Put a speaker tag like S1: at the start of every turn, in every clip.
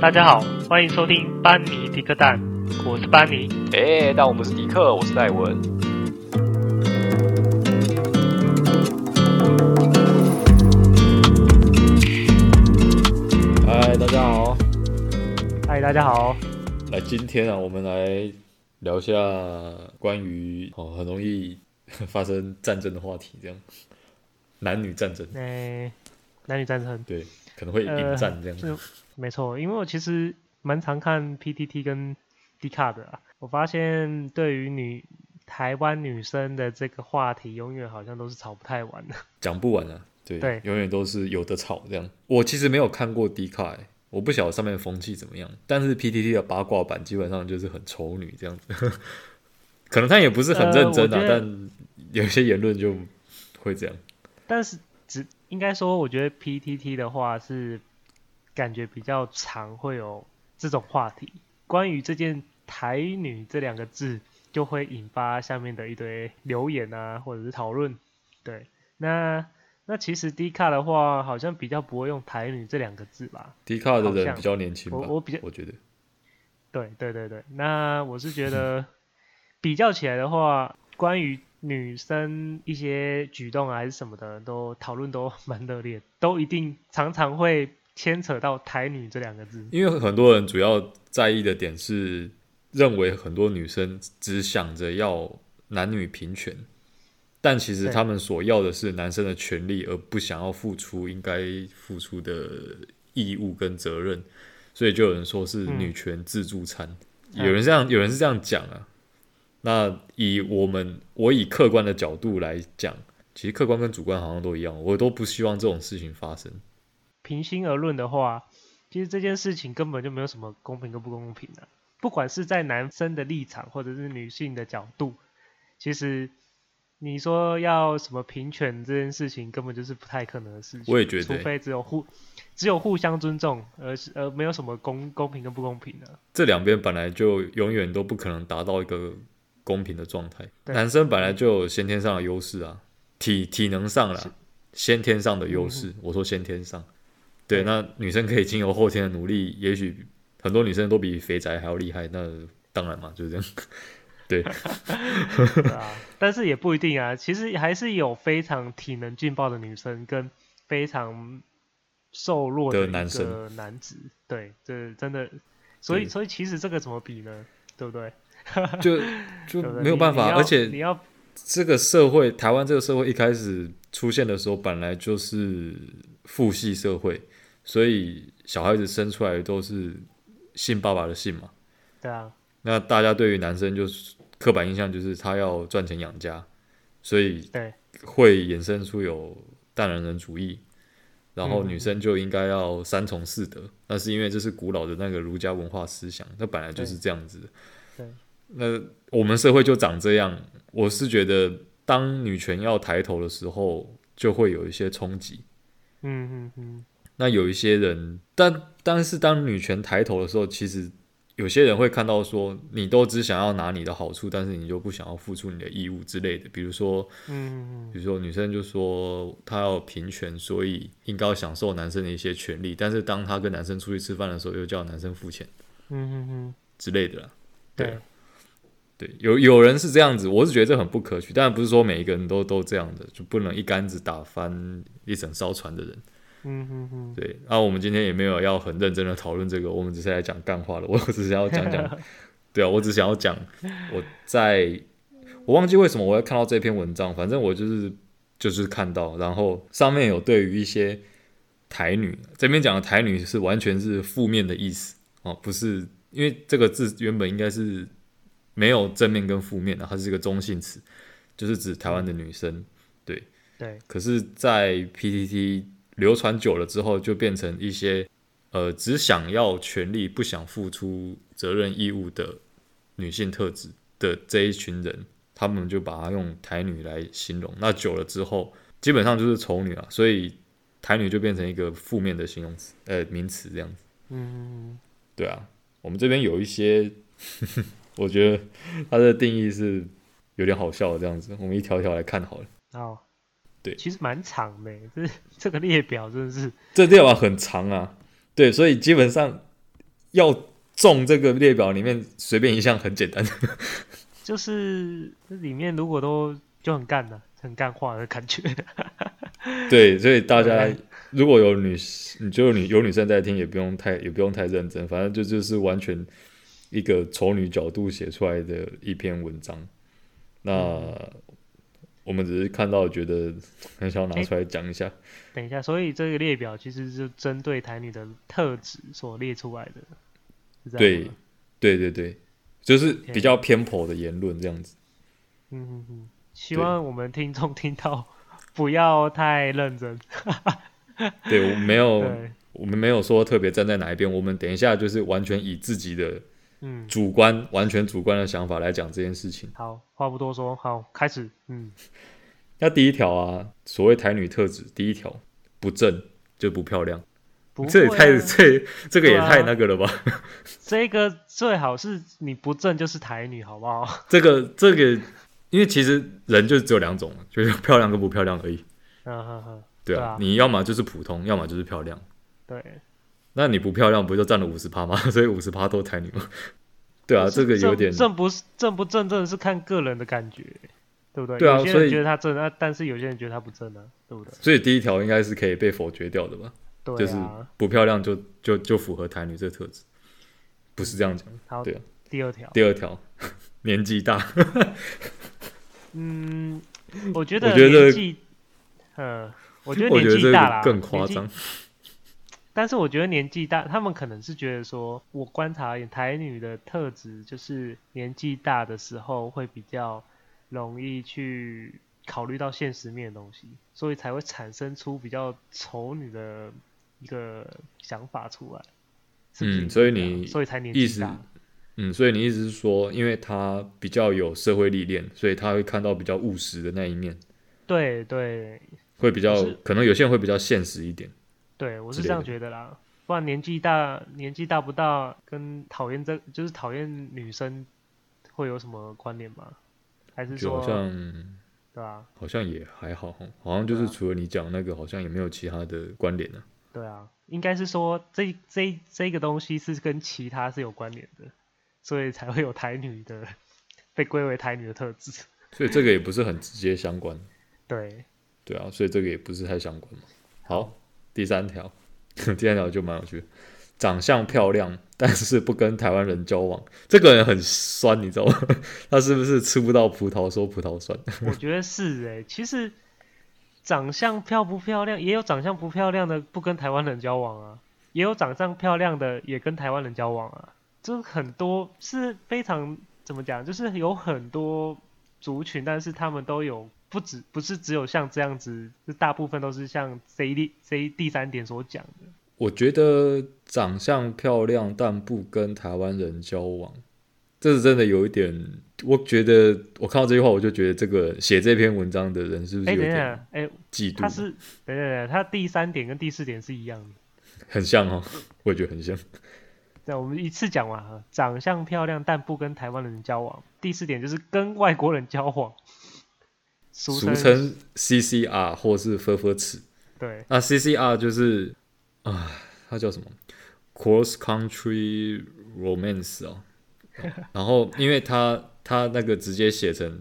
S1: 大家好，欢迎收听班尼迪克蛋，我是班尼。
S2: 哎、那我们是迪克，我是戴文。
S3: 嗨，大家好。
S1: 嗨，大家好。
S3: 来，今天啊，我们来聊一下关于哦，很容易发生战争的话题，这样男女战争，
S1: 诶、哎男女战争，
S3: 对，可能会引战这样。
S1: 就没错，因为我其实蛮常看 PTT 跟 d 卡的啊，我发现对于女台湾女生的这个话题，永远好像都是吵不太完的。
S3: 讲不完啊，对，
S1: 对
S3: 永远都是有的吵这样。我其实没有看过 D 卡、欸，我不晓得上面的风气怎么样，但是 PTT 的八卦版基本上就是很丑女这样子， 可能他也不是很认真啊，
S1: 呃我觉得
S3: 但有些言论就会这样。
S1: 但是只应该说，我觉得 PTT 的话是感觉比较常会有这种话题，关于这件“台女”这两个字，就会引发下面的一堆留言啊，或者是讨论。对，那那其实 D 卡的话，好像比较不会用“台女”这两个字吧？
S3: D 卡的
S1: 好
S3: 人
S1: 像
S3: 比较年轻吧，
S1: 我我比较
S3: 我觉得
S1: 对对对对，那我是觉得比较起来的话，关于女生一些举动啊还是什么的，都讨论都蛮热烈，都一定常常会牵扯到“台女”这两个字。
S3: 因为很多人主要在意的点是，认为很多女生只想着要男女平权，但其实
S1: 对
S3: 他们所要的是男生的权利，而不想要付出应该付出的义务跟责任，所以就有人说是
S1: 嗯
S3: 女权自助餐，
S1: 嗯
S3: 有人这样，有人是这样讲啊。那以我们我以客观的角度来讲，其实客观跟主观好像都一样，我都不希望这种事情发生。
S1: 平心而论的话，其实这件事情根本就没有什么公平跟不公平的、不管是在男生的立场，或者是女性的角度，其实你说要什么平权这件事情，根本就是不太可能的事情。
S3: 我也觉得欸
S1: 除非只有互只有互相尊重，而是而没有什么公公平跟不公平的、
S3: 这两边本来就永远都不可能达到一个公平的状态。
S1: 对
S3: 男生本来就有先天上的优势啊，体体能上啦，先天上的优势。我说先天上，嗯对，
S1: 对
S3: 那女生可以经由后天的努力，也许很多女生都比肥宅还要厉害。那当然嘛，就是这样。对，
S1: 对啊，但是也不一定啊。其实还是有非常体能劲爆的女生跟非常瘦弱
S3: 的
S1: 一
S3: 男生
S1: 个男子，对，这真的。所以，
S3: 对
S1: 所以其实这个怎么比呢？对不对？
S3: 就
S1: 对
S3: 就
S1: 不对
S3: 没有
S1: 你
S3: 办
S1: 你
S3: 法，
S1: 要
S3: 而且
S1: 你要
S3: 这个社会，台湾这个社会一开始出现的时候，本来就是父系社会，所以小孩子生出来都是姓爸爸的姓嘛。
S1: 对啊，
S3: 那大家对于男生就是刻板印象，就是他要赚钱养家，所以
S1: 对
S3: 会衍生出有淡然人主义，然后
S1: 嗯
S3: 女生就应该要三从四德，那是因为这是古老的那个儒家文化思想，那本来就是这样子的。
S1: 对
S3: 那我们社会就长这样，我是觉得当女权要抬头的时候，就会有一些冲击。
S1: 嗯嗯嗯，
S3: 那有一些人，但但是当女权抬头的时候，其实有些人会看到说，你都只想要拿你的好处，但是你就不想要付出你的义务之类的。比如说，
S1: 嗯嗯
S3: 比如说女生就说她要平权，所以应该要享受男生的一些权利，但是当她跟男生出去吃饭的时候，又叫男生付钱
S1: 嗯嗯嗯，
S3: 之类的啦。
S1: 对
S3: 对，有有人是这样子，我是觉得这很不可取，但不是说每一个人都都这样的，就不能一竿子打翻一整艘船的人。
S1: 嗯嗯嗯，
S3: 对，那、我们今天也没有要很认真的讨论这个，我们只是来讲干话的。我只是想要讲讲，对啊，我只想要讲我在，我忘记为什么我会看到这篇文章，反正我就是就是看到，然后上面有对于一些台女这边讲的台女是完全是负面的意思哦，不是因为这个字原本应该是没有正面跟负面的，它是一个中性词，就是指台湾的女生。
S1: 对，嗯
S3: 可是，在 PTT 流传久了之后，就变成一些呃只想要权利、不想付出责任义务的女性特质的这一群人，他们就把它用台女来形容。那久了之后，基本上就是丑女啊，所以台女就变成一个负面的形容词，呃，名词这样子。
S1: 嗯嗯
S3: 对啊，我们这边有一些， 我觉得它的定义是有点好笑的这样子，我们一条一条来看好了。
S1: 嗯，好，
S3: 对
S1: 其实蛮长的， 这这个列表真的是，
S3: 这列表很长啊，对，所以基本上要中这个列表里面随便一项很简单，
S1: 就是这里面如果都就很干的、很干话的感觉。
S3: 对，所以大家
S1: OK
S3: 如果有女，你就有女有女生在听，也不用太也不用太认真，反正就就是完全一个丑女角度写出来的一篇文章。那、
S1: 嗯
S3: 我们只是看到觉得很想拿出来讲一下，
S1: 等一下，所以这个列表其实是针对台女的特质所列出来的，是这样
S3: 对
S1: 吗？，
S3: 对对对，就是比
S1: OK
S3: 较偏颇的言论这样子。
S1: 嗯嗯嗯，希
S3: 对
S1: 望我们听众听到不要太认真。
S3: 对，我们没有，
S1: 对，
S3: 我们没有说特别站在哪一边，我们等一下就是完全以自己的
S1: 嗯，
S3: 主观、完全主观的想法来讲这件事情。
S1: 好，话不多说，好，开始。嗯，
S3: 那第一条啊，所谓台女特质，第一条不正就不漂亮，
S1: 不
S3: 这也
S1: 会
S3: 太
S1: 啊
S3: 这这个也
S1: 对啊
S3: 太那个了吧？
S1: 这个最好是你不正就是台女，好不好？
S3: 这个这个，因为其实人就只有两种嘛，就是漂亮跟不漂亮而已。
S1: 嗯哼哼，
S3: 对
S1: 对
S3: 啊，
S1: 啊
S3: 你要么就是普通，要么就是漂亮。
S1: 对
S3: 那你不漂亮不就占了五十趴吗？所以五十趴都台女嘛。对啊，
S1: 不
S3: 这
S1: 是
S3: 个有
S1: 正
S3: 点
S1: 正不是正不正，真的是看个人的感觉，对不对？
S3: 对啊
S1: 有些
S3: 所以
S1: 人觉得他正，啊，但是有些人觉得他不正啊，对不对？
S3: 所以第一条应该是可以被否决掉的吧？就
S1: 对
S3: 是
S1: 啊。
S3: 不漂亮就就就符合台女这特质，不是这样讲。
S1: 好，
S3: 对啊
S1: 第二条，
S3: 第二条， 年纪大，
S1: 嗯，我觉
S3: 我
S1: 得
S3: 觉得
S1: 年纪，呃，我觉得
S3: 我觉
S1: 年
S3: 得这
S1: 纪大
S3: 个
S1: 啦，
S3: 更夸张
S1: 年纪。。但是我觉得年纪大，他们可能是觉得说，我观察台女的特质就是年纪大的时候会比较容易去考虑到现实面的东西，所以才会产生出比较丑女的一个想法出来。是不是
S3: 嗯所以
S1: 这样
S3: 你
S1: 所以才年
S3: 意
S1: 纪
S3: 思
S1: 大，
S3: 嗯，所以你意思是说，因为他比较有社会历练，所以他会看到比较务实的那一面，
S1: 对对
S3: 会比较
S1: 是
S3: 可能有些人会比较现实一点。
S1: 对，我
S3: 之
S1: 是
S3: 类
S1: 这样
S3: 的
S1: 觉得啦。不然年纪大，年纪大不大，跟讨厌这就是讨厌女生会有什么关联吗？还是
S3: 就
S1: 说
S3: 好像
S1: 对啊，
S3: 好像也还好哦，好像就是
S1: 对啊
S3: 除了你讲那个，好像也没有其他的关联了、
S1: 对啊，应该是说这这这个东西是跟其他是有关联的，所以才会有台女的被归为台女的特质。
S3: 所以这个也不是很直接相关。
S1: 对，
S3: 对啊，所以这个也不是太相关嘛。好，第三条， 第三条就蛮有趣的，长相漂亮，但是不跟台湾人交往，这个人很酸，你知道吗？ 他是不是吃不到葡萄说葡萄酸？
S1: 我觉得是诶、其实长相漂不漂亮，也有长相不漂亮的不跟台湾人交往啊，也有长相漂亮的也跟台湾人交往啊，这很多是非常怎么讲，就是有很多族群，但是他们都有。不只不是只有像这样子，就大部分都是像 C D C 第三点所讲的，
S3: 我觉得长相漂亮但不跟台湾人交往，这是真的有一点。我觉得我看到这句话，我就觉得这个写这篇文章的人是不是
S1: 哎、
S3: 有
S1: 等一下
S3: 点，
S1: 哎、
S3: 嫉妒？
S1: 他是等等等，他第三点跟第四点是一样的。
S3: 很像哦，我也觉得很像。
S1: 对，我们一次讲完哈，长相漂亮但不跟台湾人交往。第四点就是跟外国人交往，俗
S3: 俗称 CCR 或是 f 呵齿，
S1: 对
S3: 那 CCR 就是啊，它叫什么？Cross Country Romance 哦。然后，因为它它那个直接写成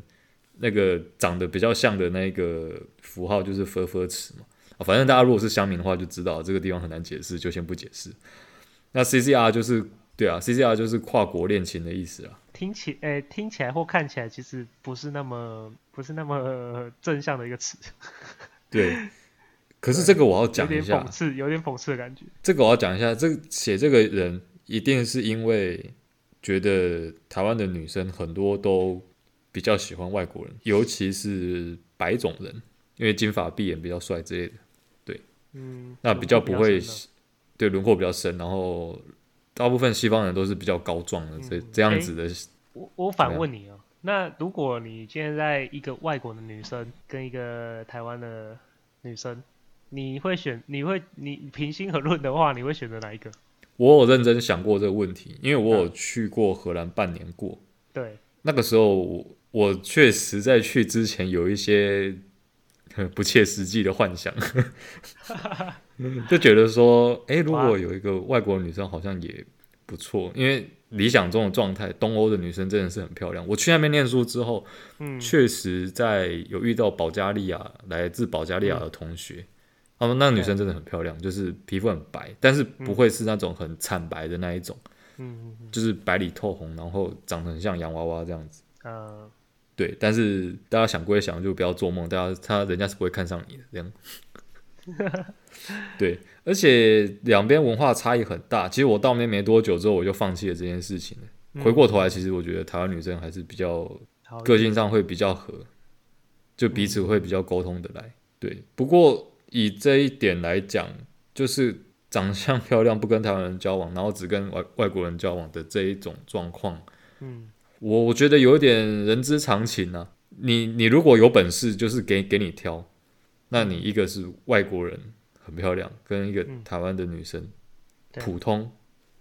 S3: 那个长得比较像的那个符号就是 f 呵齿嘛、啊反正大家如果是乡民的话，就知道这个地方很难解释，就先不解释。那 CCR 就是对啊，CCR 就是跨国恋情的意思啊啦。
S1: 听起诶、听起来或看起来其实不是那么不是那么、呃正向的一个词，
S3: 对， 可是这个我要
S1: 有
S3: 讲一
S1: 点
S3: 下
S1: 讽，刺，有点讽刺的感觉。
S3: 这个我要讲一下，这个写这个人一定是因为觉得台湾的女生很多都比较喜欢外国人，尤其是白种人，因为金发碧眼比较帅之类的，
S1: 嗯，
S3: 那比较不会
S1: 轮廓比较深
S3: 对轮廓比较深，然后大部分西方人都是比较高壮的这
S1: 嗯
S3: 这样子的，
S1: 我我反问你哦，那如果你现在一个外国的女生跟一个台湾的女生，你会选？你会你平心而论的话，你会选择哪一个？
S3: 我有认真想过这个问题，因为我有去过荷兰半年过，
S1: 对，
S3: 那个时候我我确实在去之前有一些呃不切实际的幻想， 就觉得说，诶，如果有一个外国女生，好像也不错，因为理想中的状态，东欧的女生真的是很漂亮。我去那边念书之后，
S1: 嗯，
S3: 确实在有遇到保加利亚来自保加利亚的同学，他们那个女生真的很漂亮，就是皮肤很白，但是不会是那种很惨白的那一种，
S1: 嗯嗯
S3: 就是白里透红，然后长得很像洋娃娃这样子。
S1: 呃，
S3: 对，但是大家想归想，就不要做梦，大家他人家是不会看上你的这样。对，而且两边文化差异很大。其实我到那边没多久之后，我就放弃了这件事情了。
S1: 嗯
S3: 回过头来，其实我觉得台湾女生还是比较
S1: 好
S3: 个性上会比较合，就彼此会比较沟通的来。对，不过以这一点来讲，就是长相 漂亮不跟台湾人交往，然后只跟外外国人交往的这一种状况，
S1: 嗯
S3: 我我觉得有一点人之常情啊。你你如果有本事，就是给给你挑，那你一个是外国人很漂亮，跟一个
S1: 嗯
S3: 台湾的女生、
S1: 对
S3: 普通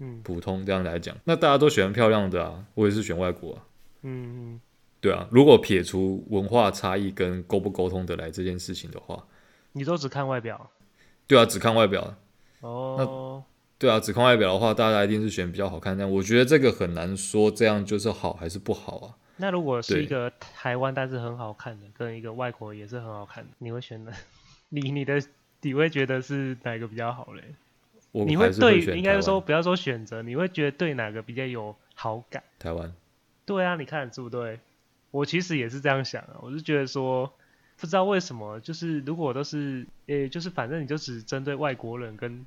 S1: 嗯
S3: 普通这样来讲，那大家都喜欢漂亮的啊，我也是选外国啊，
S1: 嗯嗯，
S3: 对啊。如果撇除文化差异跟沟不沟通的来这件事情的话，
S1: 你都只看外表
S3: 对啊，只看外表，
S1: 哦，
S3: 对啊，只看外表的话，大家一定是选比较好看。但我觉得这个很难说，这样就是好还是不好啊。
S1: 那如果是
S3: 对
S1: 一个台湾但是很好看的，跟一个外国也是很好看的，你会选哪？ 你你的你会觉得是哪个比较好嘞？
S3: 我
S1: 你
S3: 还是
S1: 对
S3: 选
S1: 应
S3: 台
S1: 该
S3: 湾
S1: 说不要说选择，你会觉得对哪个比较有好感？
S3: 台湾，
S1: 对啊，你看对不对？我其实也是这样想啊，我是觉得说，不知道为什么，就是如果都是，呃、就是反正你就只针对外国人跟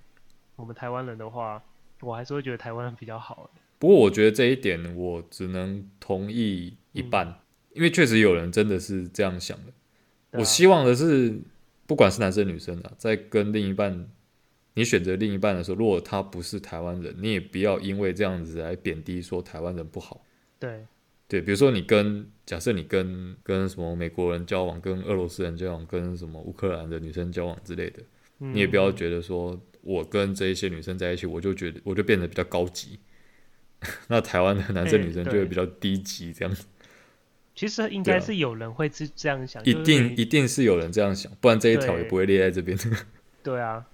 S1: 我们台湾人的话，我还是会觉得台湾人比较好、
S3: 不过我觉得这一点我只能同意一半，
S1: 嗯
S3: 因为确实有人真的是这样想的。
S1: 对啊
S3: 我希望的是，不管是男生女生啊，在跟另一半，你选择另一半的时候，如果他不是台湾人，你也不要因为这样子来贬低说台湾人不好。
S1: 对，
S3: 对，比如说你跟假设你跟跟什么美国人交往，跟俄罗斯人交往，跟什么乌克兰的女生交往之类的，
S1: 嗯、
S3: 你也不要觉得说我跟这一些女生在一起，我就觉得我就变得比较高级。 那台湾的男生
S1: 哎
S3: 女生就
S1: 对
S3: 会比较低级，这样子、
S1: 其实应
S3: 对
S1: 该
S3: 啊
S1: 是有人会是这样想，
S3: 一
S1: 就是
S3: 定
S1: 你
S3: 一定是有人这样想，不然这一条也
S1: 对
S3: 不会列在这边。
S1: 对啊，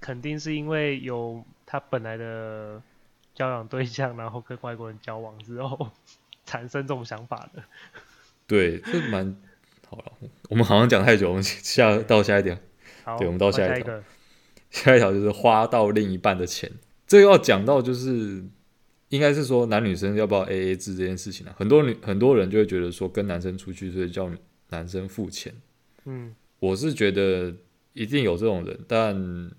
S1: 肯定是因为有他本来的交往对象，然后跟外国人交往之后 产生这种想法的。
S3: 对，这蛮好了。我们好像讲太久，我们下到下一条，
S1: 好，
S3: 对我们到
S1: 换
S3: 下一
S1: 下
S3: 条
S1: 个，
S3: 下一条就是花到另一半的钱。这又要讲到就是，应该是说男女生要不要 A A 制这件事情啊。很多女很多人就会觉得说跟男生出去，所以叫女男生付钱。
S1: 嗯
S3: 我是觉得一定有这种人，但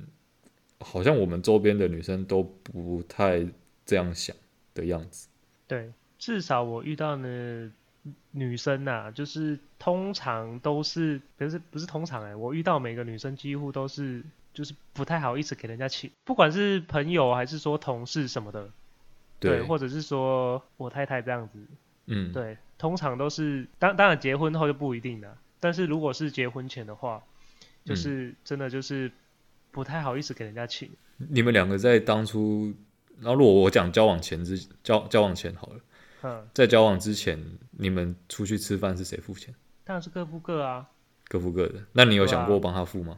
S3: 好像我们周边的女生都不太这样想的样子。
S1: 对，至少我遇到的女生呐、就是通常都是，不是不是通常哎、我遇到每个女生几乎都是，就是不太好意思给人家请，不管是朋友还是说同事什么的，对，或者是说我太太这样子，
S3: 嗯，
S1: 对，通常都是当当然结婚后就不一定了，但是如果是结婚前的话，就
S3: 嗯
S1: 是真的就是不太好意思给人家请，
S3: 你们两个在当初，然后如果我讲交往前之交交往前好了，
S1: 嗯，
S3: 在交往之前，你们出去吃饭是谁付钱？
S1: 当然是各付各啊，
S3: 各付各的。那你有
S1: 对啊
S3: 想过帮他付吗？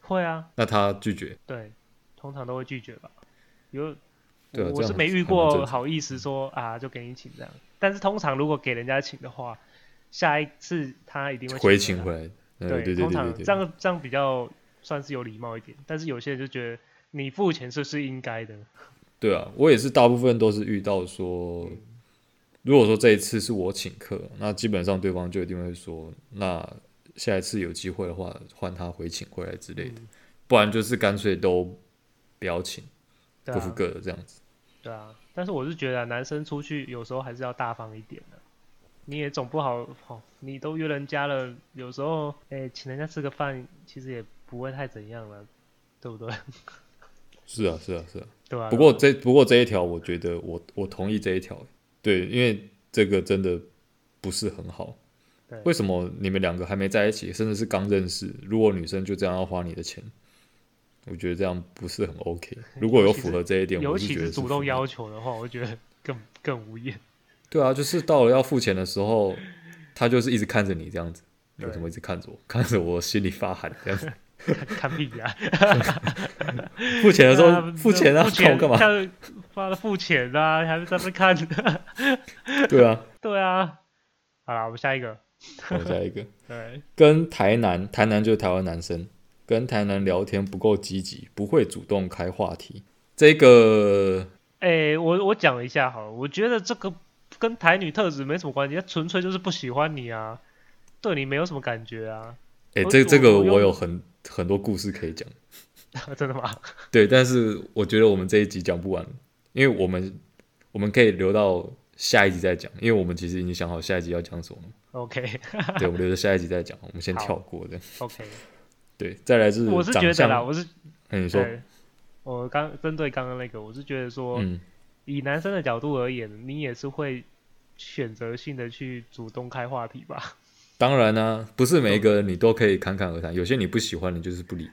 S1: 会啊，
S3: 那他拒绝，
S1: 对，通常都会拒绝吧。有，
S3: 对
S1: 我
S3: 啊这
S1: 我
S3: 样
S1: 是
S3: 很
S1: 没遇
S3: 很正
S1: 过
S3: 常
S1: 好意思说啊，就给你请这样。但是通常如果给人家请的话，下一次他一定会
S3: 回
S1: 请的
S3: 请回
S1: 啦。
S3: 来。呃
S1: 对
S3: 对对
S1: 通
S3: 对
S1: 常
S3: 对
S1: 这
S3: 对，
S1: 样这样比较算是有礼貌一点。但是有些人就觉得你付钱是是应该的。
S3: 对啊，我也是大部分都是遇到说，如果说这一次是我请客，那基本上对方就一定会说，那下一次有机会的话，换他回请回来之类的，
S1: 嗯
S3: 不然就是干脆都不要请，
S1: 对
S3: 各付
S1: 啊，
S3: 各的这样子。
S1: 对啊。但是我是觉得啊、男生出去有时候还是要大方一点的。你也总不好，哦，你都约人家了，有时候，哎、请人家吃个饭，其实也不会太怎样了，对不对？
S3: 是啊，是啊，是啊。
S1: 对啊。
S3: 不过这不过这一条，我觉得我我同意这一条，对，因为这个真的不是很好
S1: 对。
S3: 为什么你们两个还没在一起，甚至是刚认识，如果女生就这样要花你的钱，我觉得这样不是很 OK。如果有符合这一点，
S1: 尤
S3: 我是
S1: 其
S3: 觉得
S1: 是
S3: 是
S1: 主动
S3: 符合
S1: 要求的话，我觉得更 更无言。
S3: 对啊，就是到了要付钱的时候，他就是一直看着你这样子，你
S1: 对
S3: 为什么一直看着我？看着我心里发寒这样子。
S1: 看屁 呀！
S3: 付钱的时
S1: 啊
S3: 候付钱啊，
S1: 付
S3: 看
S1: 钱
S3: 我干嘛？
S1: 看妈的付钱啊，还在那边看？
S3: 对啊，
S1: 对啊，好了，我们下一个。
S3: 我下一个，
S1: 对，
S3: 跟台南，台南就是台湾男生，跟台南聊天不够积极，不会主动开话题。这个
S1: 哎、我我讲一下好了，我觉得这个跟台女特质没什么关系，她纯粹就是不喜欢你啊，对你没有什么感觉啊，
S3: 哎、
S1: 我
S3: 这
S1: 我
S3: 这个
S1: 我用
S3: 我有很很多故事可以讲，
S1: 真的吗？
S3: 对，但是我觉得我们这一集讲不完，因为我们我们可以留到下一集再讲，因为我们其实已经想好下一集要 讲什么了，
S1: OK
S3: 对，我们留着下一集再讲，我们先
S1: 好
S3: 跳过这样。
S1: OK，
S3: 对，再来是
S1: 我是觉
S3: 长
S1: 得啦，
S3: 相，
S1: 我是
S3: 嗯，你说，
S1: 对，我刚针对刚刚那个，我是觉得说，
S3: 嗯，
S1: 以男生的角度而言，你也是会选择性的去主动开话题 吧？
S3: 当然呢、不是每一个
S1: 嗯
S3: 你都可以侃侃而谈，有些你不喜欢，你就是不理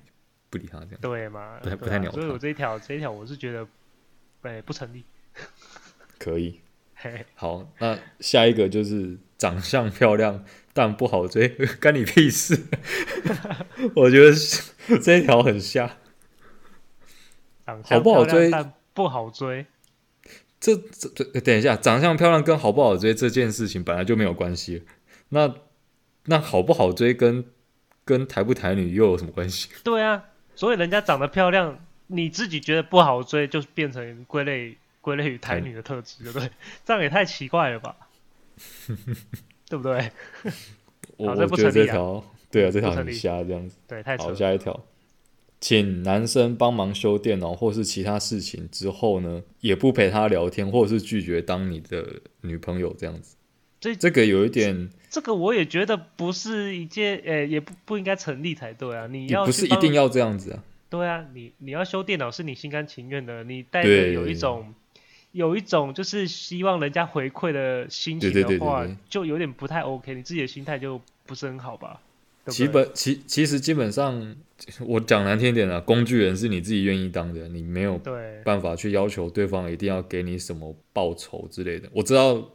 S3: 不理他这样。
S1: 对嘛？
S3: 不太不
S1: 对
S3: 太
S1: 啊
S3: 鸟
S1: 所以
S3: 他
S1: 我这一条这一条我是觉得，哎、不成立。
S3: 可以，
S1: 嘿，
S3: 好，那下一个就是长相漂亮但不好追， 干你屁事！ 我觉得是这一条很瞎，
S1: 长
S3: 好
S1: 相
S3: 不好
S1: 漂亮
S3: 追
S1: 但不好追。
S3: 这这这，等一下，长相漂亮跟好不好追这件事情本来就没有关系，那那好不好追跟跟台不台女又有什么关系？
S1: 对啊，所以人家长得漂亮，你自己觉得不好追，就变成归类归类于台
S3: 台
S1: 女的特质，对不 对？这样也太奇怪了吧？ 对不对？
S3: 我
S1: 好这
S3: 我
S1: 不
S3: 觉
S1: 成
S3: 得这
S1: 立啊
S3: 条对啊，这条
S1: 不成立
S3: 很瞎，这样子。
S1: 对，太扯
S3: 好，
S1: 了。
S3: 下一条，请男生帮忙修电脑或是其他事情之后呢，也不陪他聊天，或者是拒绝当你的女朋友这样子。
S1: 这
S3: 这个有一点，
S1: 这个我也觉得不是一件，呃、也不不应该成立才对啊！你
S3: 也
S1: 要
S3: 不
S1: 去
S3: 是一
S1: 帮
S3: 定要这样子啊。
S1: 对啊，你你要修电脑是你心甘情愿的，你带着
S3: 对
S1: 有一种有一种就是希望人家回馈的心情
S3: 对对
S1: 的
S3: 对对
S1: 话，
S3: 对
S1: 就有点不太 OK，你自己的心态就不是很好吧？对
S3: 其
S1: 不对？
S3: 本其其实基本上，我讲难听一点啊，工具人是你自己愿意当的，你没有
S1: 对
S3: 办法去要求对方一定要给你什么报酬之类的。我知道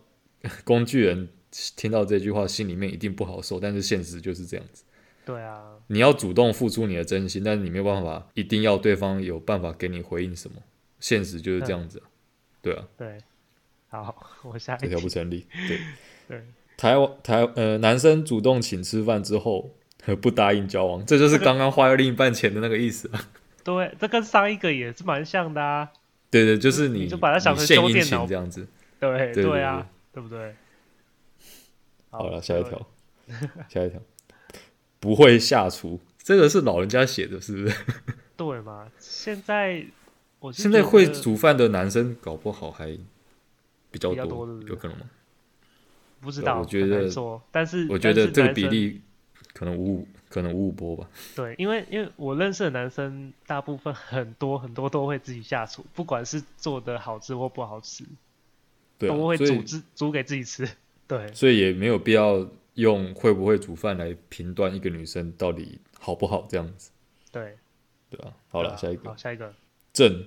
S3: 工具人听到这句话心里面一定不好受，但是现实就是这样子。
S1: 对啊，
S3: 你要主动付出你的真心，但是你没有办法，一定要对方有办法给你回应什么。现实就是这样子啊、
S1: 嗯
S3: 对啊，
S1: 对。好，我下
S3: 这
S1: 一
S3: 条不
S1: 题。
S3: 成立。对，
S1: 对，
S3: 台湾台呃，男生主动请吃饭之后呵不答应交往，这就是刚刚花另一半钱的那个意思 啊。
S1: 对，这跟上一个也是蛮像的啊。
S3: 对对，就是
S1: 你
S3: 你
S1: 就把它想成
S3: 你献
S1: 修
S3: 殷
S1: 电
S3: 勤
S1: 脑
S3: 这样子。
S1: 对
S3: 对对
S1: 啊，对不对？
S3: 好了，下一
S1: 对
S3: 条，下一条，不会下厨，这个是老人家写的，是不是？
S1: 对嘛？现在我是
S3: 现在
S1: 觉
S3: 会
S1: 得
S3: 煮饭的男生搞不好还比较
S1: 比较多是不是
S3: 有可能吗？
S1: 不知
S3: 对
S1: 道，
S3: 我
S1: 很
S3: 觉
S1: 难
S3: 得
S1: 说，但是
S3: 我觉
S1: 嗯但
S3: 得
S1: 是
S3: 这个
S1: 男
S3: 比
S1: 生
S3: 例可能五五，可能五五波吧。
S1: 对，因为因为我认识的男生大部分很多很多都会自己下厨，不管是做的好吃或不好吃，
S3: 对、啊
S1: 都，会
S3: 所
S1: 煮
S3: 以
S1: 自煮给自己吃。对
S3: 所以也没有必要用会不会煮饭来评断一个女生到底好不好这样子，
S1: 对，
S3: 对吧、 好了，
S1: 对啊
S3: 下一个
S1: 好下一个，
S3: 正，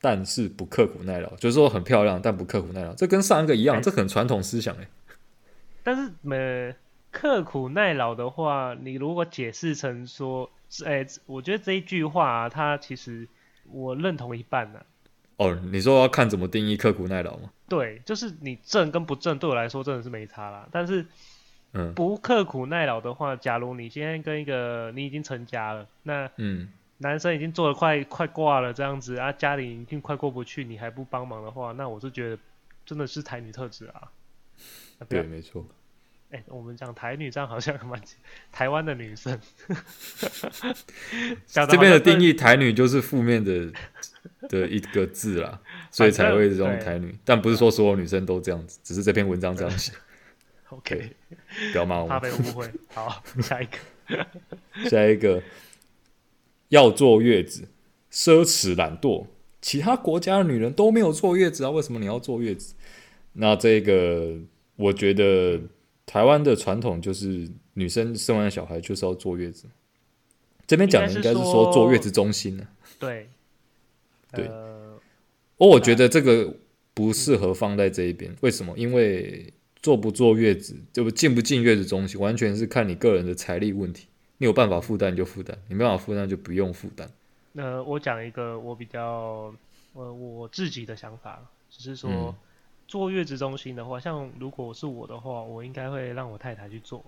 S3: 但是不刻苦耐劳，就是说很漂亮但不刻苦耐劳，这跟上一个一样，
S1: 哎
S3: 这很传统思想哎、
S1: 但是呃，刻苦耐劳的话，你如果解释成说，是哎、我觉得这一句话、啊，它其实我认同一半呢、啊
S3: 哦，你说要看怎么定义刻苦耐劳吗？
S1: 对，就是你正跟不正，对我来说真的是没差啦。但是
S3: 嗯
S1: 不刻苦耐劳的话，假如你现在跟一个你已经成家了，那
S3: 嗯，
S1: 男生已经做的快快挂了这样子啊，家里已经快过不去，你还不帮忙的话，那我是觉得真的是台女特质啊。啊不要
S3: 对，，没错，
S1: 哎、我们讲台女这样好像蛮台湾的女生，讲得
S3: 这边的
S1: 好像
S3: 定义台女就是负面的的一个字啦，所以
S1: 反
S3: 才
S1: 正
S3: 会这种
S1: 对
S3: 台女，但不是说所有女生都这样子，只是这篇文章这样写，
S1: OK，
S3: 不要骂我
S1: 怕
S3: 们。
S1: 被误会。好，下一个，
S3: 下一个要坐月子，奢侈懒惰，其他国家的女人都没有坐月子啊，为什么你要坐月子？那这个我觉得台湾的传统就是女生生完小孩就是要坐月子，这边讲的应该是
S1: 应该是
S3: 说
S1: 说
S3: 坐月子中心啊呢、
S1: 对，
S3: 对
S1: 呃，
S3: 哦，我觉得这个不适合放在这一边，为什么？因为坐不坐月子，就进不进月子中心，完全是看你个人的财力问题。你有办法负担你就负担，你没办法负担就不用负担。
S1: 呃，我讲一个我比较呃我自己的想法，只是说、
S3: 嗯
S1: 坐月子中心的话，像如果是我的话，我应该会让我太太去做，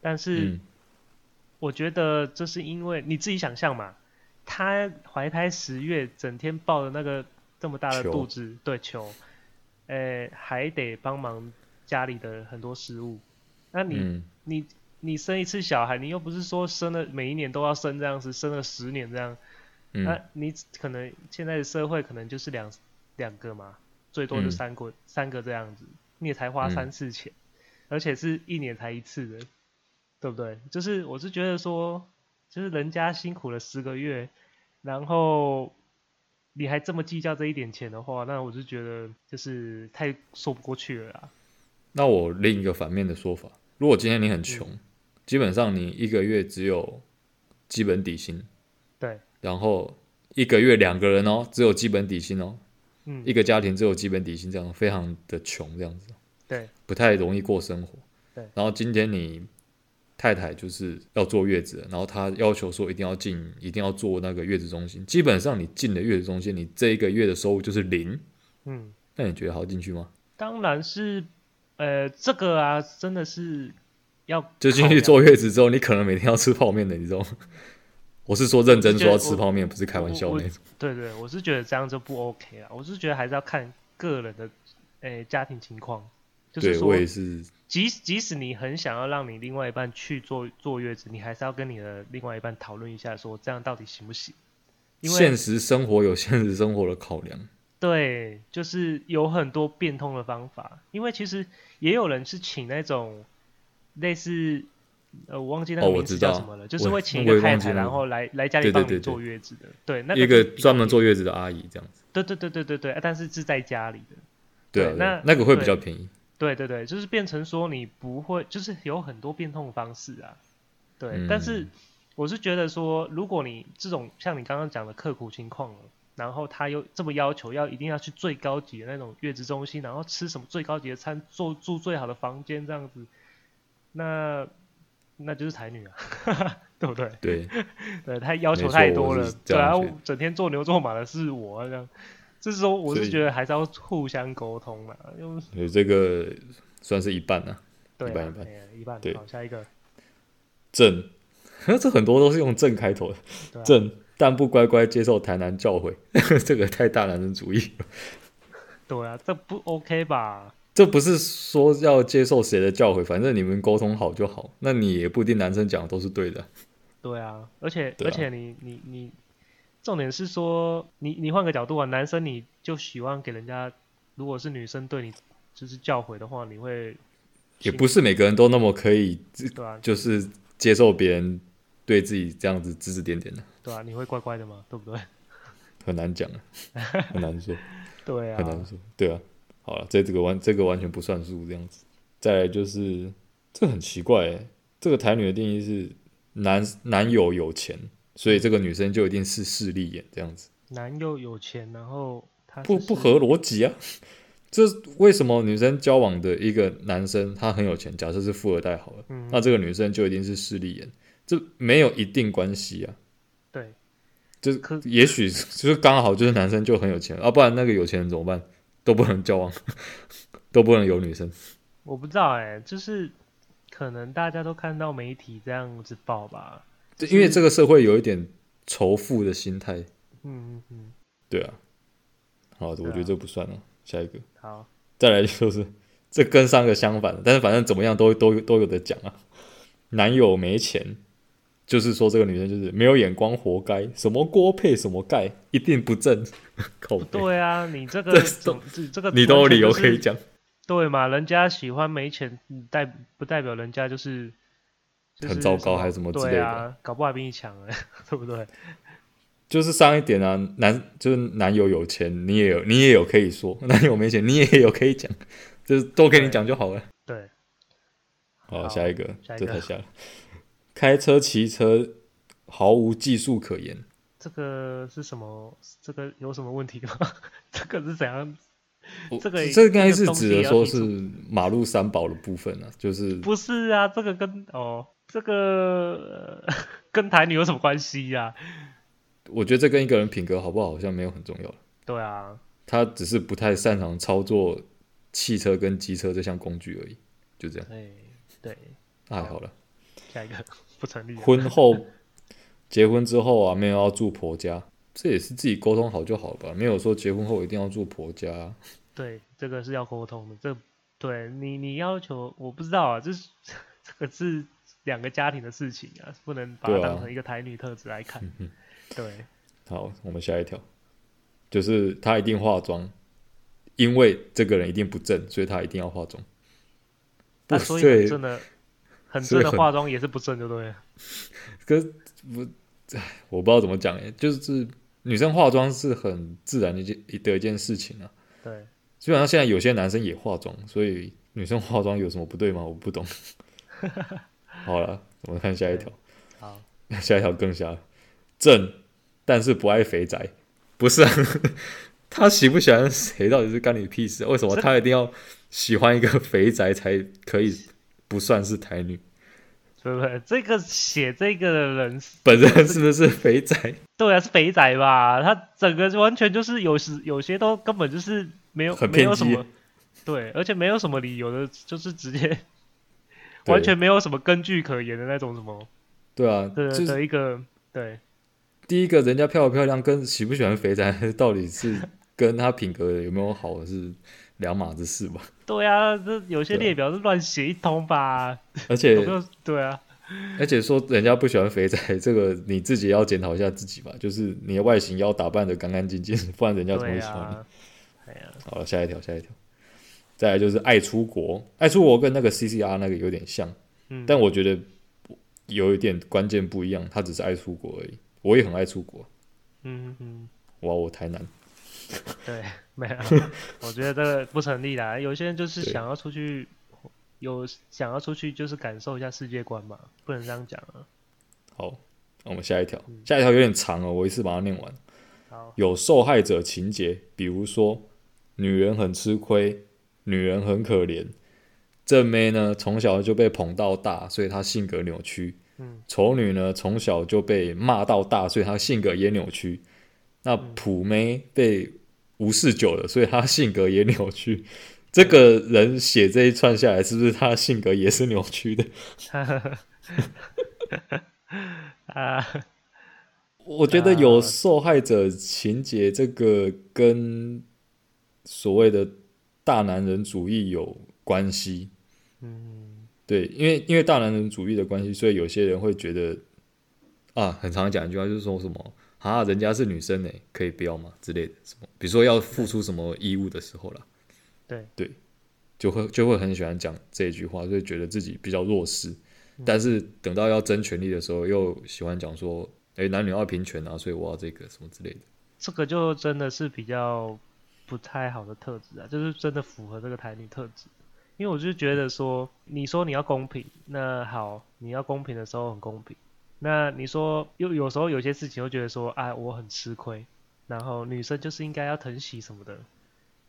S1: 但是
S3: 嗯
S1: 我觉得这是因为你自己想象嘛，她怀胎十月，整天抱着那个这么大的
S3: 球
S1: 肚子，对球，呃，还得帮忙家里的很多事务，那你、
S3: 嗯，
S1: 你你生一次小孩，你又不是说生了每一年都要生这样子，生了十年这样。那、
S3: 嗯，
S1: 你只可能现在的社会可能就是两两个嘛，最多就
S3: 嗯
S1: 三个、三个这样子，你也才花
S3: 嗯
S1: 三次钱，而且是一年才一次的，对不对？就是我是觉得说，就是人家辛苦了十个月，然后你还这么计较这一点钱的话，那我就觉得就是太说不过去了啊啦。
S3: 那我另一个反面的说法，如果今天你很穷，基本上你一个月只有基本底薪，
S1: 对，
S3: 然后一个月两个人哦，只有基本底薪哦，
S1: 嗯
S3: 一，个家庭只有基本底薪，这样非常的穷，这样子
S1: 对，
S3: 不太容易过生活。
S1: 对
S3: 然后今天你太太就是要坐月子了，然后她要求说一定要进，一定要做那个月子中心。基本上你进了月子中心，你这一个月的收入就是零，
S1: 嗯，
S3: 那你觉得好进去吗？
S1: 当然是，呃，这个啊，真的是要
S3: 就进去
S1: 考量
S3: 坐月子之后，你可能每天要吃泡面的，你知道吗？我是说认真说要吃泡面，不是开玩笑那种。
S1: 对对，我是觉得这样就不 OK 了。我是觉得还是要看个人的诶、家庭情况，就是
S3: 对
S1: 说
S3: 我，也是，
S1: 即即使你很想要让你另外一半去坐坐月子，你还是要跟你的另外一半讨论一下，说这样到底行不行？因为
S3: 现实生活有现实生活的考量。
S1: 对，就是有很多变通的方法。因为其实也有人是请那种类似呃，我忘记那
S3: 哦
S1: 个
S3: 我
S1: 名字
S3: 知
S1: 叫
S3: 道
S1: 什么了，就是
S3: 我
S1: 会请一
S3: 我
S1: 个
S3: 也忘
S1: 太
S3: 记
S1: 太，
S3: 那
S1: 然
S3: 个
S1: 后来来家里
S3: 对对
S1: 帮你
S3: 对对
S1: 坐月子的。对，那
S3: 一
S1: 个
S3: 个
S1: 是比较
S3: 专门
S1: 便宜
S3: 坐月子的阿姨这样子，
S1: 对对对对对对，但是是在家里的。
S3: 对啊，
S1: 对
S3: 对啊
S1: 那
S3: 那个会
S1: 对
S3: 比较便宜。
S1: 对对对，就是变成说你不会，就是有很多变通方式啊。对，但是
S3: 嗯
S1: 我是觉得说，如果你这种像你刚刚讲的刻苦情况了，然后他又这么要求，要一定要去最高级的那种月子中心，然后吃什么最高级的餐，住住最好的房间这样子，那那就是才女啊， 对不对？
S3: 对，
S1: 对他要求
S3: 没错
S1: 太多
S3: 我
S1: 了
S3: 是，这
S1: 对啊，
S3: 样
S1: 我
S3: 觉得
S1: 整天做牛做马的是我啊这样。这时候我
S3: 所
S1: 是
S3: 以
S1: 觉得还是要互相沟通啦，因为
S3: 有这个算是一半啊。
S1: 对啊、
S3: 一半一半
S1: 哎一半
S3: 对
S1: 好，下一个，
S3: 正， 这很多都是用正开头的。
S1: 对啊
S3: 正，但不乖乖接受台南教诲， 这个太大男人主义了。
S1: 对啊，这不 OK 吧？
S3: 这不是说要接受谁的教诲，反正你们沟通好就好。那你也不一定男生讲的都是对的。
S1: 对啊，而且、
S3: 对啊
S1: 而且你你你，重点是说你你换个角度啊，男生你就喜欢给人家，如果是女生对你就是教诲的话，你会
S3: 也
S1: 心
S3: 不是每个人都那么可以，
S1: 对啊
S3: 就是接受别人对自己这样子指指点点的，
S1: 对啊，你会乖乖的嘛，对不 对？
S3: 很难讲啊，很难说。
S1: 对啊
S3: 很，难说。对啊，好了，这这个完这个完全不算数这样子。再来就是这个很奇怪、欸，这个台女的定义是男男友有钱，所以这个女生就一定是势利眼这样子，
S1: 男又有钱，然后他
S3: 不
S1: 啊是
S3: 不合逻辑啊。这为什么女生交往的一个男生他很有钱，假设是富二代好了，
S1: 嗯
S3: 那这个女生就一定是势利眼，这没有一定关系啊。
S1: 对
S3: 就是
S1: 可
S3: 也许就是刚好就是男生就很有钱，啊，不然那个有钱人怎么办？都不能交往， 都不能有女生。
S1: 我不知道哎、就是可能大家都看到媒体这样子报吧，
S3: 对因为这个社会有一点仇富的心态，
S1: 嗯嗯嗯，
S3: 对啊。好，我
S1: 对啊
S3: 觉得这不算了，下一个，
S1: 好，
S3: 再来就是这跟上个相反的，但是反正怎么样都都都有的讲啊。男友没钱，就是说这个女生就是没有眼光，活该，什么锅配什么盖，一定不正，口碑，
S1: 对啊，你这个
S3: 这
S1: 怎么这这个
S3: 你都有
S1: 完全
S3: 理由
S1: 就是
S3: 可以讲。
S1: 对嘛？人家喜欢没钱，嗯代不代表人家就是、就是
S3: 很糟糕
S1: 什么
S3: 还是什么之类的
S1: 对啊， 搞不好还比你强哎，对不对？
S3: 就是上一点啊，男就是男友有钱，你也有你也有可以说；男友没钱，你也有可以讲，就是都给你讲就好了。
S1: 对，
S3: 好，
S1: 好
S3: 下一个，
S1: 下一
S3: 这
S1: 个
S3: 太瞎了。开车、骑车毫无技术可言，
S1: 这个是什么？这个有什么问题吗？这个是怎样？
S3: 我
S1: 这个
S3: 这应该
S1: 这
S3: 是
S1: 个东
S3: 指
S1: 西
S3: 的
S1: 要
S3: 说
S1: 提出
S3: 是马路三宝的部分啊，就是
S1: 不是啊，这个跟哦，这个、 呃跟台女有什么关系啊呀、
S3: 我觉得这跟一个人品格好不好好像没有很重要了
S1: 对啊，
S3: 他只是不太擅长操作汽车跟机车这项工具而已，就这样，
S1: 对哎对，
S3: 那还好了。
S1: 下一个 不成立啊、
S3: 婚后结婚之后啊，没有要住婆家，这也是自己沟通好就好了吧，没有说结婚后一定要住婆家啊、
S1: 对，这个是要沟通的，这对你你要求我不知道啊，这是 这个是两个家庭的事情啊，不能把它
S3: 对啊嗯
S1: 当成一个台女特质来看。 对，啊
S3: 好，我们下一条，就是他一定化妆，因为这个人一定不正，所以他一定要化妆。不
S1: 那所以
S3: 对
S1: 很正啊的很正
S3: 所以
S1: 的
S3: 很
S1: 化妆也是不正，就对了。
S3: 可是我，唉我不知道怎么讲欸，就是女生化妆是很自然的一件的一件事情啊。
S1: 对，
S3: 基本上现在有些男生也化妆，所以女生化妆有什么不对吗？我不懂。好了，我们看下一条，
S1: 好，
S3: 下一条更瞎，正，但是不爱肥宅，不是、啊？ 他喜不喜欢谁到底是干你屁事？为什么
S1: 这
S3: 他一定要喜欢一个肥宅才可以不算是台女？
S1: 对不对？这个写这个的人是
S3: 本人是不是肥 宅？
S1: 对啊，是肥仔吧？他整个完全就是有时有些都根本就是没有
S3: 很
S1: 没有
S3: 偏
S1: 什
S3: 激
S1: 么，对，而且没有什么理由的，就是直接
S3: 对
S1: 完全没有什么根据可言的那种什么
S3: 对啊，
S1: 的
S3: 就是
S1: 的一个对
S3: 第一个，人家漂不漂亮跟喜不喜欢肥宅， 到底是跟他品格有没有好是两码子事吧？
S1: 对啊，这有些
S3: 对啊
S1: 列表是乱写一通吧？
S3: 而
S1: 有
S3: 且
S1: 没有对啊？
S3: 而且说人家不喜欢肥宅，这个你自己也要检讨一下自己吧，就是你的外形要打扮的干干净净，不然人家怎么
S1: 对
S3: 会喜欢你？
S1: 啊，哎呀，
S3: 好了，下一条，下一条。再来就是爱出国，爱出国跟那个 CCR 那个有点像，
S1: 嗯，
S3: 但我觉得有一点关键不一样，他只是爱出国而已。我也很爱出国，
S1: 嗯嗯，
S3: 哇，我台南，
S1: 对， 没有，我觉得这个不成立啦。有些人就是
S3: 对
S1: 想要出去，有想要出去就是感受一下世界观嘛，不能这样讲啊。
S3: 好，那我们下一条，下一条有点长哦，我一次把它念完。
S1: 好，
S3: 有受害者情节，比如说女人很吃亏，女人很可怜。正妹呢，从小就被捧到大，所以她性格扭曲。
S1: 嗯，
S3: 丑女呢，从小就被骂到大，所以她性格也扭曲。那
S1: 嗯
S3: 普妹被无视久了，所以她性格也 扭曲。这个人写这一串下来，是不是他性格也是扭曲的？
S1: 啊，
S3: 我觉得有
S1: 啊
S3: 受害者情节，这个跟所谓的大男人主义有关系。
S1: 嗯，
S3: 对，因为因为大男人主义的关系，所以有些人会觉得啊，很常讲一句话，就是说什么啊，人家是女生呢，可以不要吗之类的，什么，比如说要付出什么义务的时候啦，
S1: 对
S3: 对，就会就会很喜欢讲这一句话，就会觉得自己比较弱势，但是等到要争权利的时候，又喜欢讲说，哎，男女要平权啊，所以我要这个什么之类的。
S1: 这个就真的是比较不太好的特质啊，就是真的符合这个台女特质。因为我就觉得说，你说你要公平，那好，你要公平的时候很公平。那你说有有时候有些事情，又觉得说，哎，我很吃亏，然后女生就是应该要疼惜什么的，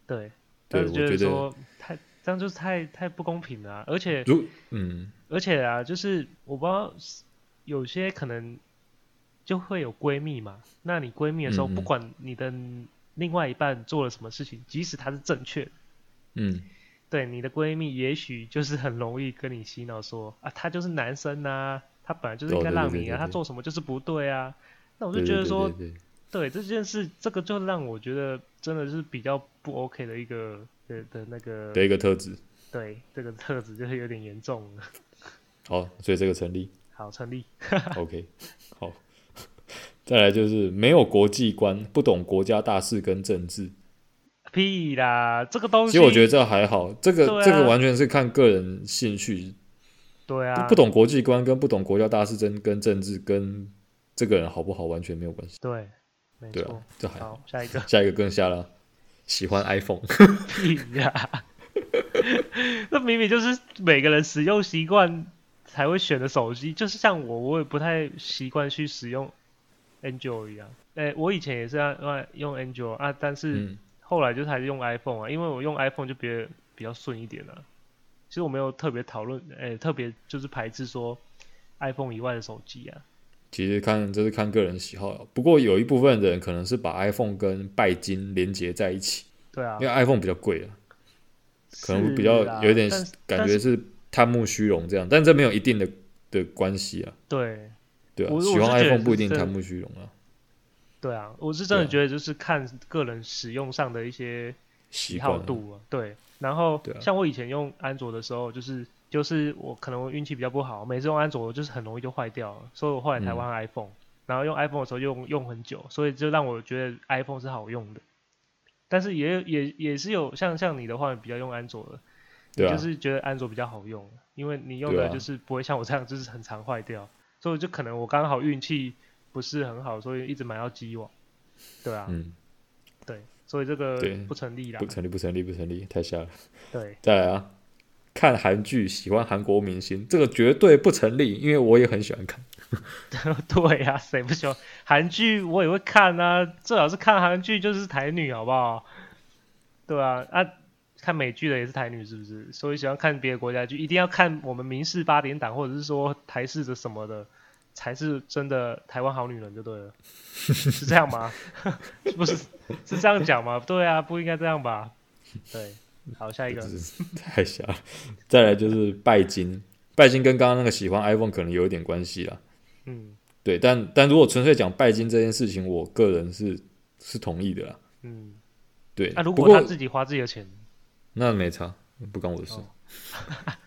S1: 对。但
S3: 对
S1: 是
S3: 我觉
S1: 得
S3: 得
S1: 说太这样就是太太不公平了啊、而且
S3: 如嗯，
S1: 而且啊，就是我不知道有些可能就会有闺蜜嘛。那你闺蜜的时候，
S3: 嗯嗯
S1: 不管你的另外一半做了什么事情，即使他是正确的，
S3: 嗯，
S1: 对你的闺蜜，也许就是很容易跟你洗脑说啊，他就是男生呐、他本来就是应该
S3: 哦对
S1: 让
S3: 对
S1: 你
S3: 对
S1: 啊，
S3: 对
S1: 他
S3: 对
S1: 做什么就是不对啊。那我
S3: 我
S1: 就觉得说，
S3: 对对
S1: 对
S3: 对
S1: 这件事，这个就让我觉得真的是比较不 OK 的一个的的那个
S3: 对的一个特质，
S1: 对这个特质就是有点严重了。
S3: 好，所以这个成立。
S1: 好，成立。
S3: OK，好。 再来就是没有国际观，不懂国家大事跟政治。
S1: 屁啦，这个东
S3: 其
S1: 西，
S3: 实我觉得这还好，这个、
S1: 对啊
S3: 这个完全是看个人兴趣。
S1: 对
S3: 不
S1: 啊，
S3: 不懂国际观跟不懂国家大事真跟政治跟这个人好不好完全没有关系。
S1: 对，没
S3: 对
S1: 错
S3: 啊。，这还好。
S1: 好，下一个
S3: 下一个更瞎了，喜欢 iPhone。
S1: 屁呀！ 那明明就是每个人使用习惯才会选的手机，就是像我，我也不太习惯去使用 Android 一样。哎、我以前也是要用用 Android 啊，但是
S3: 嗯，
S1: 后来就是还是用 iPhone 啊，因为我用 iPhone 就别比较顺一点了、其实我没有特别讨论，诶、特别就是排斥说 iPhone 以外的手机啊。
S3: 其实看这是看个人喜好了，不过有一部分人可能是把 iPhone 跟拜金连接在一起，
S1: 对啊
S3: 因为，iPhone 比较贵啊，可能会比
S1: 是啦
S3: 较有点
S1: 但是
S3: 感
S1: 但
S3: 觉
S1: 是
S3: 是贪慕虚荣这样，但这没有一定的的关系啊，
S1: 对
S3: 对啊，
S1: 我
S3: 喜
S1: 我
S3: 欢
S1: 是觉得
S3: iPhone 不一
S1: 是
S3: 定
S1: 真的
S3: 贪慕虚荣啊，
S1: 对啊，我是真的
S3: 对啊
S1: 觉得就是看个人使用上的一些
S3: 喜
S1: 喜好
S3: 惯啊，
S1: 度啊，对。然后
S3: 对啊
S1: 像我以前用安卓的时候，就是就是我可能我运气比较不好，每次用安卓就是很容易就坏掉了，所以我后来才
S3: 嗯
S1: 换 iPhone、然后用 iPhone 的时候用用很久，所以就让我觉得 iPhone 是好用的。但是也也也是有像像你的话，比较用安卓的，
S3: 对啊
S1: 你就，是觉得安卓比较好用，因为你用
S3: 对
S1: 的
S3: 啊
S1: 就是不会像我这样，就是很常坏掉，所以就可能我刚好运气不是很好，所以一直买到机网，对啊，
S3: 嗯，
S1: 对，所以这个
S3: 对
S1: 不成立啦
S3: 不，成立，不成立，不成立，太瞎了。
S1: 对，
S3: 再来啊，看韩剧喜欢韩国明星，这个绝对不成立，因为我也很喜欢看。
S1: 对呀、谁不喜欢韩剧？我也会看啊，最好是看韩剧就是台女，好不好？对啊，啊，看美剧的也是台女，是不是？所以喜欢看别的国家剧，一定要看我们民视八点档，或者是说台视的什么的，才是真的台湾好女人就对了，是这样吗？ 不是，是这样讲吗？对啊，不应该这样吧？对，好，下一个
S3: 这，是 太瞎了。再来就是拜金，拜金跟刚刚那个喜欢 iPhone 可能有一点关系啦。
S1: 嗯
S3: 对，但但如果纯粹讲拜金这件事情，我个人是是同意的啦。
S1: 嗯，
S3: 对，
S1: 那、如
S3: 不
S1: 果他
S3: 过
S1: 自己花自己的钱，
S3: 那没差，不关我的事。
S1: 哦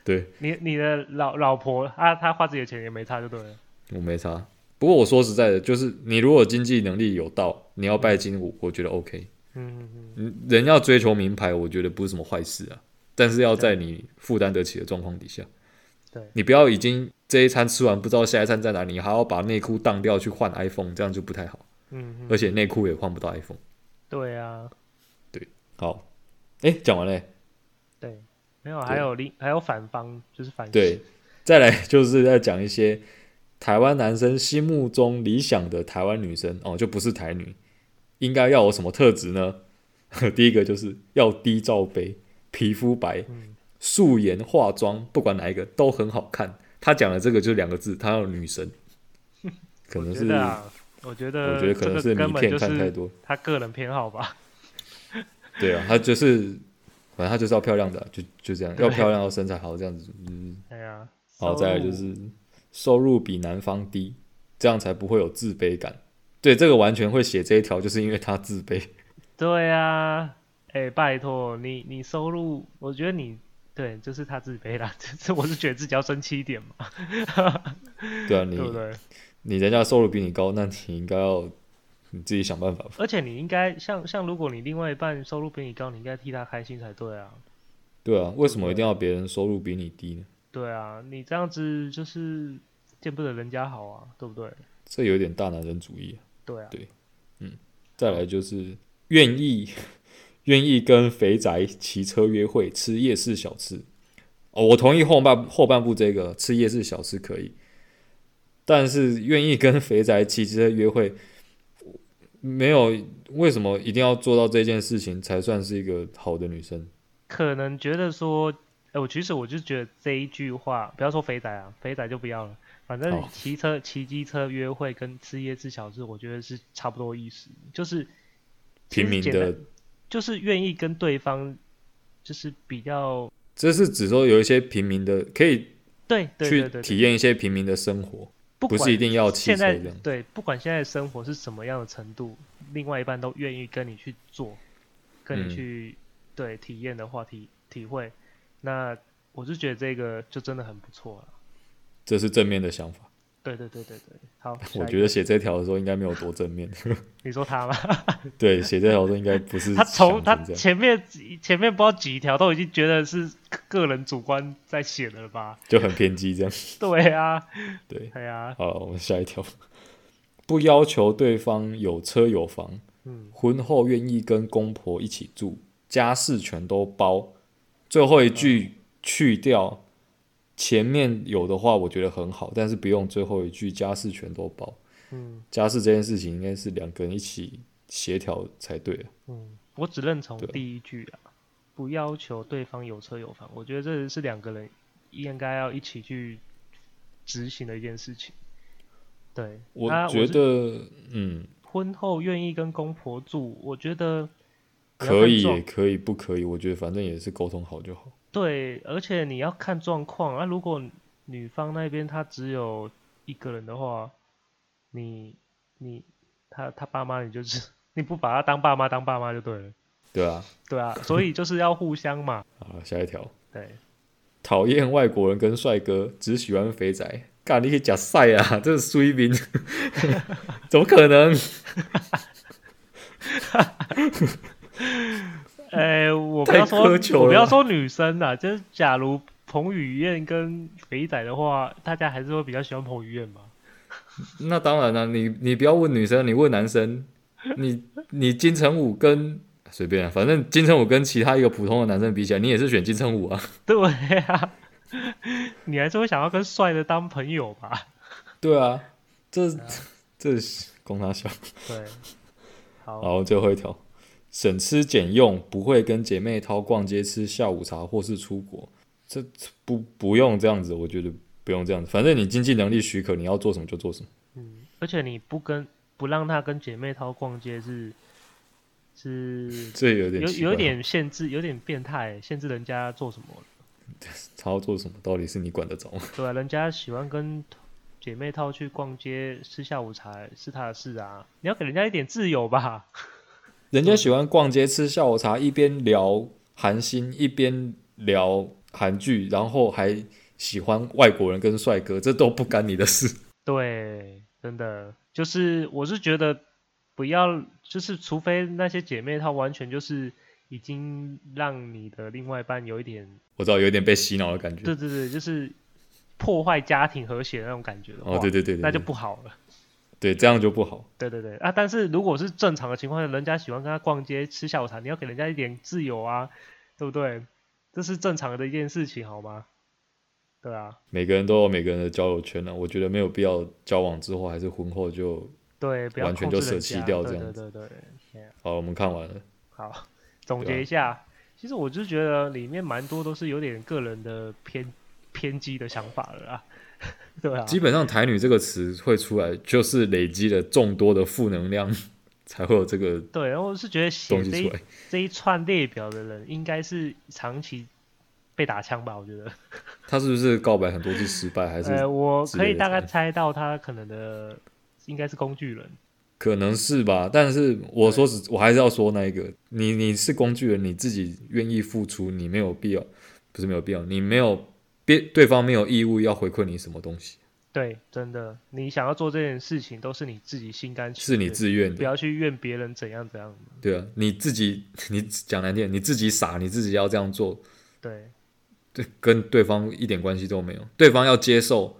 S3: 对
S1: 你你的老老婆啊，她花自己的钱也没差就对了。
S3: 我没差。不过我说实在的，就是你如果经济能力有到，你要拜金，我我觉得 OK。
S1: 嗯嗯
S3: 嗯，人要追求名牌，我觉得不是什么坏事啊，但是要在你负担得起的状况底下。
S1: 对
S3: 你不要已经这一餐吃完不知道下一餐在哪里，你还要把内裤当掉去换 iPhone，这样就不太好，
S1: 嗯嗯，
S3: 而且内裤也换不到 iPhone。
S1: 对啊，
S3: 好，哎、讲完嘞，
S1: 对，没有，啊
S3: 对
S1: 还有另还有反方，就是反
S3: 对，再来就是在讲一些台湾男生心目中理想的台湾女生哦，就不是台女，应该要有什么特质呢？ 第一个就是要低罩杯，皮肤白，
S1: 嗯
S3: 素颜化妆，不管哪一个都很好看。他讲的这个就是两个字，他要 女神，可
S1: 我
S3: 能
S1: 觉
S3: 是
S1: 得啊，我觉得
S3: 我觉得可能
S1: 这
S3: 是
S1: 个根
S3: 名
S1: 本
S3: 片
S1: 就
S3: 看太
S1: 是
S3: 多，
S1: 他个人偏好吧。
S3: 对啊，他就是反正他就是要漂亮的啊，就就这样，
S1: 对
S3: 要漂亮，要身材好，这样子，嗯，
S1: 哎呀，
S3: 好，再来
S1: 收
S3: 就
S1: 入
S3: 是收入比男方低，这样才不会有自卑感。对，这个完全会写这一条，就是因为他自卑。
S1: 对啊，哎，拜托你你收入，我觉得你对，就是他自卑啦， 这我是觉得自己要争气一点嘛，
S3: 对啊，你
S1: 对不对？
S3: 你人家收入比你高，那你应该要你自己想办法吧。
S1: 而且你应该像像如果你另外一半收入比你高，你应该替他开心才对啊。
S3: 对啊，为什么一定要别人收入比你低呢？
S1: 对啊，你这样子就是见不得人家好啊，对不对？
S3: 这有点大男人主义啊、
S1: 对啊，
S3: 对再来就是愿意愿意跟肥宅骑车约会，吃夜市小吃。哦，我同意后半后半部这个吃夜市小吃可以，但是愿意跟肥宅骑车约会，没有为什么一定要做到这件事情才算是一个好的女生？
S1: 可能觉得说，哎、我其实我就觉得这一句话，不要说肥仔啊，肥仔就不要了，反正
S3: 好
S1: 骑车、骑机车约会跟吃夜市小吃，我觉得是差不多意思，就是
S3: 平民
S1: 其实简
S3: 的
S1: 单，就是愿意跟对方，就是比较
S3: 这是指说有一些平民的可以
S1: 对对对
S3: 去
S1: 对对，
S3: 体验一些平民的生活，
S1: 不
S3: 不
S1: 管
S3: 是一定要骑
S1: 现
S3: 车这
S1: 在
S3: 样。
S1: 对，不管现在生活是什么样的程度，另外一半都愿意跟你去做，跟
S3: 嗯
S1: 你去、对体验的话体体会，那我就觉得这个就真的很不错了。
S3: 这是正面的想法。
S1: 对对对对对，好，
S3: 我
S1: 下一
S3: 觉
S1: 个
S3: 得写这条的时候应该没有多正面。
S1: 你说他吗？
S3: 对，写这条都应该不 是
S1: 他从
S3: 想
S1: 他
S3: 成这样
S1: 前面几前面不知道几条都已经觉得是个人主观在写的了吧？
S3: 就很偏激这样。
S1: 对啊，
S3: 对，
S1: 对啊，
S3: 好，我们下一条， 不要求对方有车有房，
S1: 嗯，
S3: 婚后愿意跟公婆一起住，家事全都包。最后一句去掉，前面有的话我觉得很好，但是不用最后一句家事全都包。
S1: 嗯
S3: 家事这件事情应该是两个人一起协调才对啊
S1: 嗯，我只认同
S3: 对
S1: 第一句啊，不要求对方有车有房，我觉得这是两个人应该要一起去执行的一件事情。对，
S3: 我
S1: 那
S3: 觉
S1: 啊是
S3: 得，嗯，
S1: 婚后愿意跟公婆住，我觉得你要
S3: 可以
S1: 看状
S3: 也可以，不可以，我觉得反正也是沟通好就好。
S1: 对，而且你要看状况啊。如果女方那边她只有一个人的话，你你她她爸妈，你就是 你不把她当爸妈当爸妈就对了，
S3: 对啊，
S1: 对啊，所以就是要互相嘛，
S3: 好，啊下一条，
S1: 对，
S3: 讨厌外国人跟帅哥，只喜欢肥宅。干，你可以假晒啊， 这是衰兵，怎么可能？
S1: 哎、我不
S3: 太
S1: 要说，
S3: 苛求
S1: 我不
S3: 了
S1: 要
S3: 吧
S1: 说女生啦，就是假如彭于晏跟肥仔的话，大家还是会比较喜欢彭于晏吧。
S3: 那当然了、你你不要问女生，你问男生，你你金城武跟随便、啊，反正金城武跟其他一个普通的男生比起来，你也是选金城武啊。
S1: 对啊， 你还是会想要跟帅的当朋友吧？
S3: 对啊，这这是供他笑。
S1: 对，好，
S3: 然后最后一条，省吃俭用，不会跟姐妹淘逛街吃下午茶或是出国，这这不不用这样子，我觉得不用这样子，反正你经济能力许可，你要做什么就做什么。
S1: 嗯，而且你不跟不让他跟姐妹淘逛街是是
S3: 这有点
S1: 有
S3: 奇怪
S1: 有点限制，有点变态，限制人家做什么了
S3: 他要做什么，到底是你管得着吗？
S1: 对啊，人家喜欢跟姐妹淘去逛街吃下午茶是他的事啊，你要给人家一点自由吧。
S3: 人家喜欢逛街吃下午茶，一边聊韩星，一边聊韩剧，然后还喜欢外国人跟帅哥，这都不干你的事。
S1: 对，真的就是我是觉得不要，就是除非那些姐妹她完全就是已经让你的另外一半有一点，
S3: 我知道有点被洗脑的感觉
S1: 对。对对，就是破坏家庭和谐的那种感觉的话，
S3: 哦，对对对对，
S1: 那就
S3: 对
S1: 不好了。
S3: 对，这样就不好。
S1: 对对对啊！但是如果是正常的情况下，人家喜欢跟他逛街吃下午茶，你要给人家一点自由啊，对不对？这是正常的一件事情，好吗？对啊，
S3: 每个人都有每个人的交友圈啊了、我觉得没有必要交往之后还是婚后就
S1: 对，不要
S3: 完全
S1: 控
S3: 就
S1: 制人
S3: 舍弃
S1: 家
S3: 掉
S1: 对
S3: 这
S1: 对
S3: 样
S1: 对对对，
S3: 好。我们看完了，
S1: 好，总
S3: 对
S1: 结
S3: 啊
S1: 一下，其实我就觉得里面蛮多都是有点个人的偏偏激的想法了啦， 对啊，
S3: 基本上“台女”这个词会出来，就是累积了众多的负能量， 才会有这个
S1: 对，然后我是觉得写
S3: 东
S1: 这
S3: 西
S1: 一
S3: 出来。
S1: 这一串列表的人，应该是长期被打枪吧？我觉得。
S3: 他是不是告白很多次失败，还是
S1: 呃，我
S3: 之
S1: 可以
S3: 类的
S1: 大概
S3: 才
S1: 猜到他可能的应该是工具人，
S3: 可能是吧，但是我说实，我还是要说那一个，你你是工具人，你自己愿意付出，你没有必要，不是没有必要，你没有别对方没有义务要回馈你什么东西，
S1: 对，真的，你想要做这件事情都是你自己心甘情
S3: 是
S1: 愿，
S3: 你自愿
S1: 不
S3: 的，
S1: 要去怨别人怎样怎样的，
S3: 对啊，你自己 你讲难听，你自己傻，你自己要这样做，
S1: 对
S3: 对，跟对方一点关系都没有，对方要接受，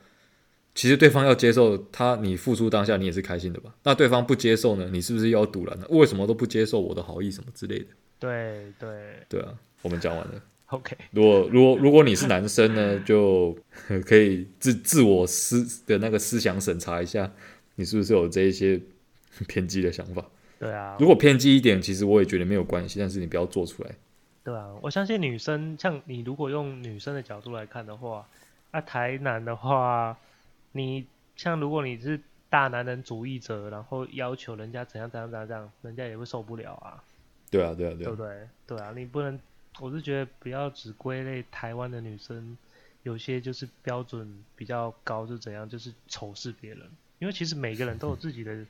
S3: 其实对方要接受他你付出当下你也是开心的吧？那对方不接受呢，你是不是要堵拦呢？为什么都不接受我的好意什么之类的？
S1: 对 对
S3: 对啊，我们讲完了。
S1: ，OK，
S3: 如果如果如果你是男生呢，就 可以自自我思的那个思想审查一下，你是不是有这一些 偏激的想法？
S1: 对啊
S3: 如，果偏激一点，其实我也觉得没有关系，但是你不要做出来。
S1: 对啊，我相信女生，像你如果用女生的角度来看的话，啊，台南的话，你像如果你是大男人主义者，然后要求人家怎样怎样怎样怎样，人家也会受不了啊。
S3: 对啊，对啊，对
S1: 对
S3: 啊
S1: 不，对？对啊，你不能，我是觉得不要只归类台湾的女生，有些就是标准比较高，就怎样，就是仇视别人，因为其实每个人都有自己的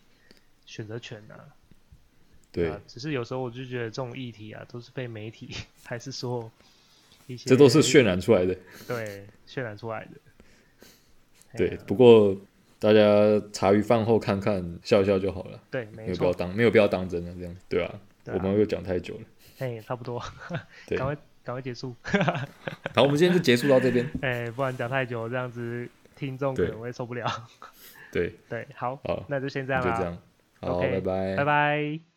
S1: 选择权呐、啊。
S3: 对，
S1: 啊，只是有时候我就觉得这种议题啊，都是被媒体还是说一些，
S3: 这都是渲染出
S1: 哎
S3: 来的。
S1: 对渲染出来的。
S3: 对
S1: 哎呀，
S3: 不过大家茶余饭后看看笑笑就好了，
S1: 对，没
S3: 没有必要
S1: 错，
S3: 当没有必要当真的这样。对啊，
S1: 对啊
S3: 我们又讲太久了。
S1: 哎，差不多，
S3: 对，
S1: 赶快赶快结束，
S3: 好，我们今天就结束到这边。
S1: 哎，不然讲太久这样子，听众可
S3: 对
S1: 能会受不了。
S3: 对，
S1: 对，好，
S3: 好，
S1: 那就先这样
S3: 就
S1: 啦啊
S3: 这。样。好
S1: OK，
S3: 拜拜，
S1: 拜。拜。